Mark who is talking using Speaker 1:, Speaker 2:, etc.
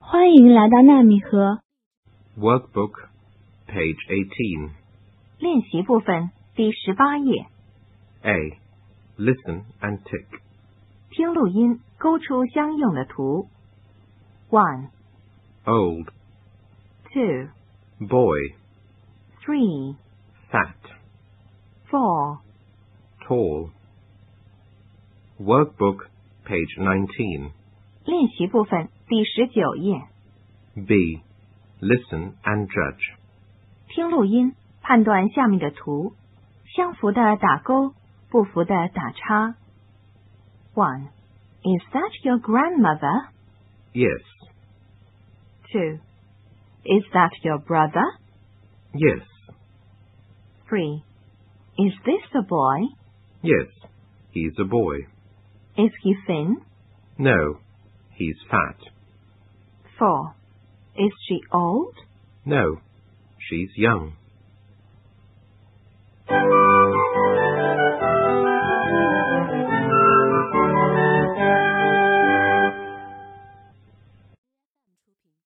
Speaker 1: 欢迎来到纳米盒
Speaker 2: Workbook, page 18.
Speaker 3: 练习部分第十八页，
Speaker 2: A. Listen and tick.
Speaker 3: 听录音，勾出相应的图。One,
Speaker 2: Old,
Speaker 3: two,
Speaker 2: boy,
Speaker 3: three,
Speaker 2: fat,
Speaker 3: four.
Speaker 2: tall. Workbook, page 19.
Speaker 3: 练习部分第十九页，
Speaker 2: B. Listen and judge.
Speaker 3: 听录音，判断下面的图，相符的打勾，不符的打叉。One, is that your grandmother?
Speaker 2: Yes,
Speaker 3: Two, is that your brother?
Speaker 2: yes,
Speaker 3: Three, is this a boy?
Speaker 2: yes. He's a boy.
Speaker 3: Is he thin?
Speaker 2: No, he's fat.
Speaker 3: Four, is she old?
Speaker 2: No, she's young.